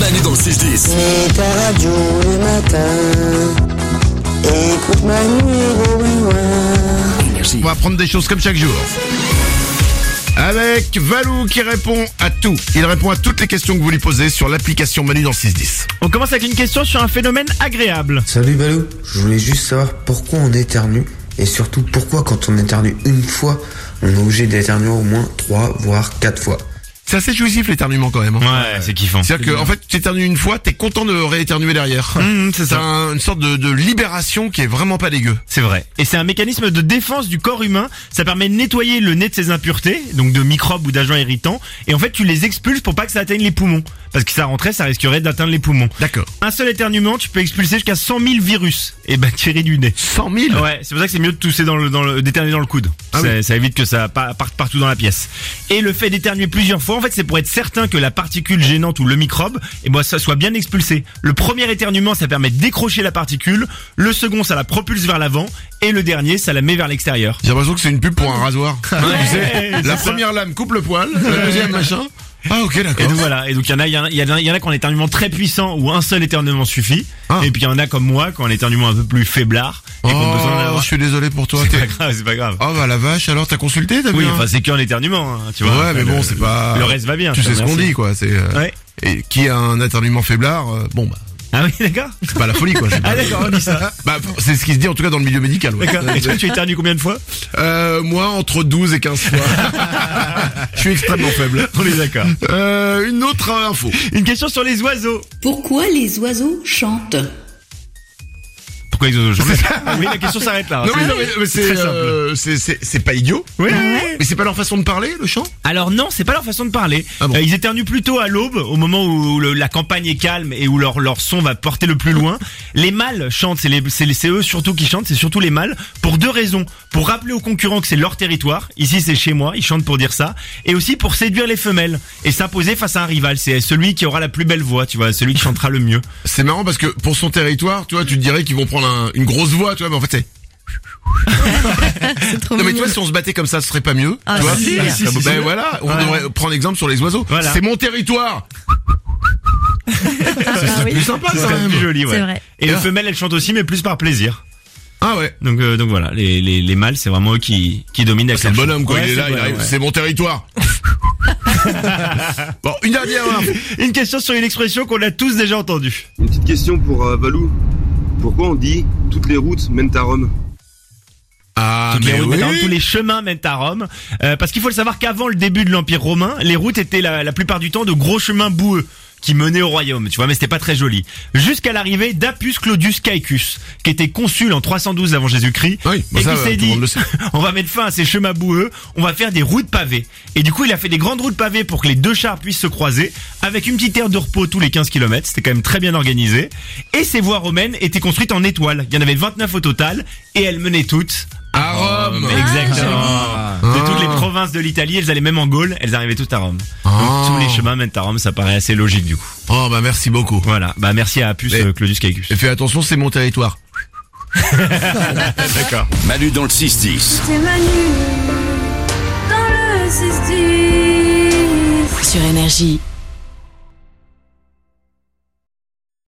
Manu dans le 6-10. Mets ta radio le matin. Écoute Manu et Romain. Énergie. On va prendre des choses comme chaque jour. Avec Valou qui répond à tout. Il répond à toutes les questions que vous lui posez sur l'application Manu dans le 610. On commence avec une question sur un phénomène agréable. Salut Balou, je voulais juste savoir pourquoi on éternue et surtout pourquoi quand on éternue une fois, on est obligé d'éternuer au moins 3 voire 4 fois. C'est assez jouissif l'éternuement quand même. hein. Ouais, c'est kiffant. C'est-à-dire qu'en en fait, tu t'éternues une fois, t'es content de rééternuer derrière. Mmh, c'est C'est ça. un- une sorte de, de libération qui est vraiment pas dégueu. C'est vrai. Et c'est un mécanisme de défense du corps humain. Ça permet de nettoyer le nez de ses impuretés, donc de microbes ou d'agents irritants. Et en fait, tu les expulses pour pas que ça atteigne les poumons. Parce que ça rentrait, ça risquerait d'atteindre les poumons. D'accord. Un seul éternuement, tu peux expulser jusqu'à 100 000 virus Eh ben, et bactéries du nez. 100 000 Ouais, c'est pour ça que c'est mieux de tousser dans le, dans le d'éternuer dans le coude. Ah ça, oui. ça évite que ça pa- parte partout dans la pièce. Et le fait d'éternuer plusieurs fois, en fait, c'est pour être certain que la particule gênante ou le microbe, et ben, ça soit bien expulsé. Le premier éternuement, ça permet de décrocher la particule. Le second, ça la propulse vers l'avant. Et le dernier, ça la met vers l'extérieur. J'ai l'impression que c'est une pub pour un rasoir. Tu sais, c'est la ça. première lame coupe le poil, la deuxième machin. Ah ok Et d'accord. donc voilà. Et donc il y en a, il y en a, il y en a, il y en a qui ont un éternuement très puissant où un seul éternuement suffit. Ah. Et puis il y en a comme moi qui ont un éternuement un peu plus faiblard et qui ont besoin Oh, d'avoir. je suis désolé pour toi. C'est t'es- pas grave, c'est pas grave. Oh bah la vache, alors t'as consulté t'as Oui, vu, hein enfin c'est qu'un éternuement, hein, tu vois. Ouais, mais Le- bon, c'est pas- Le reste va bien. Tu sais ce qu'on merci. dit quoi. C'est euh, Ouais. et qui a un atternuement faiblard. euh, bon bah Ah oui, d'accord. c'est pas la folie quoi. je sais pas. Ah d'accord, on dit ça. Bah, c'est ce qui se dit en tout cas dans le milieu médical. ouais. D'accord. Et toi, tu éternues combien de fois Euh, moi, entre 12 et 15 fois. je suis extrêmement faible. On est d'accord. Euh, une autre euh, info. Une question sur les oiseaux. Pourquoi les oiseaux chantent Pourquoi les oiseaux Ah Oui, la question s'arrête là. Non mais, C'est- non, mais- mais c'est très simple. euh, c'est c'est- c'est pas idiot. Oui, oui, oui. Mais c'est pas leur façon de parler, le chant Alors non, c'est pas leur façon de parler. Ah bon Euh, ils éternuent plutôt à l'aube, au moment où le- la campagne est calme et où leur, leur son va porter le plus loin. Les mâles chantent, c'est les- c'est les- c'est eux surtout qui chantent, c'est surtout les mâles, pour deux raisons. Pour rappeler aux concurrents que c'est leur territoire, ici c'est chez moi, ils chantent pour dire ça, et aussi pour séduire les femelles et s'imposer face à un rival. C'est celui qui aura la plus belle voix, tu vois, celui qui chantera le mieux. C'est marrant parce que pour son territoire, tu vois, tu te dirais qu'ils vont prendre un- une grosse voix, tu vois, mais en fait c'est... C'est trop Non mais tu mignon. vois, si on se battait comme ça, ce serait pas mieux Ah, tu vois si, Ben si, si, si. voilà, on Ouais. devrait prendre exemple sur les oiseaux. Voilà. C'est mon territoire Ah, oui. Plus sympa C'est quand même plus joli, ouais. C'est vrai. Et les femelles, elles chantent aussi, mais plus par plaisir. Ah ouais Donc, euh, donc voilà, les, les, les mâles, c'est vraiment eux qui, qui dominent avec C'est le leur bonhomme quoi, chant. il Ouais, est c'est là, le il bonhomme, arrive, ouais. c'est mon territoire Bon, une dernière info. Une question sur une expression qu'on a tous déjà entendue. Une petite question pour euh, Valou. Pourquoi on dit toutes les routes mènent à Rome Ah Toutes les routes mènent à Rome, tous les chemins mènent à Rome. Euh, parce qu'il faut le savoir qu'avant le début de l'Empire romain, les routes étaient la, la plupart du temps de gros chemins boueux qui menaient au royaume, tu vois, mais c'était pas très joli. Jusqu'à l'arrivée d'Appius Claudius Caecus, qui était consul en 312 avant Jésus-Christ, Oui, bon, et ça, qui euh, s'est tout le dit, monde le sait. on va mettre fin à ces chemins boueux, on va faire des routes pavées. Et du coup, il a fait des grandes routes pavées pour que les deux chars puissent se croiser, avec une petite aire de repos tous les 15 km, c'était quand même très bien organisé. Et ces voies romaines étaient construites en étoiles, il y en avait 29 au total, et elles menaient toutes À Rome Oh, Exactement. De Ah. toutes les provinces de l'Italie, elles allaient même en Gaule, elles arrivaient toutes à Rome. Donc, Ah. tous les chemins mènent à Rome, ça paraît assez logique du coup. Oh bah merci beaucoup. Voilà. Bah merci à Apus Mais- euh, Claudius Caecus. Et fais attention, c'est mon territoire. D'accord. Manu dans le 6-10. C'est Manu dans le 6-10. Sur énergie.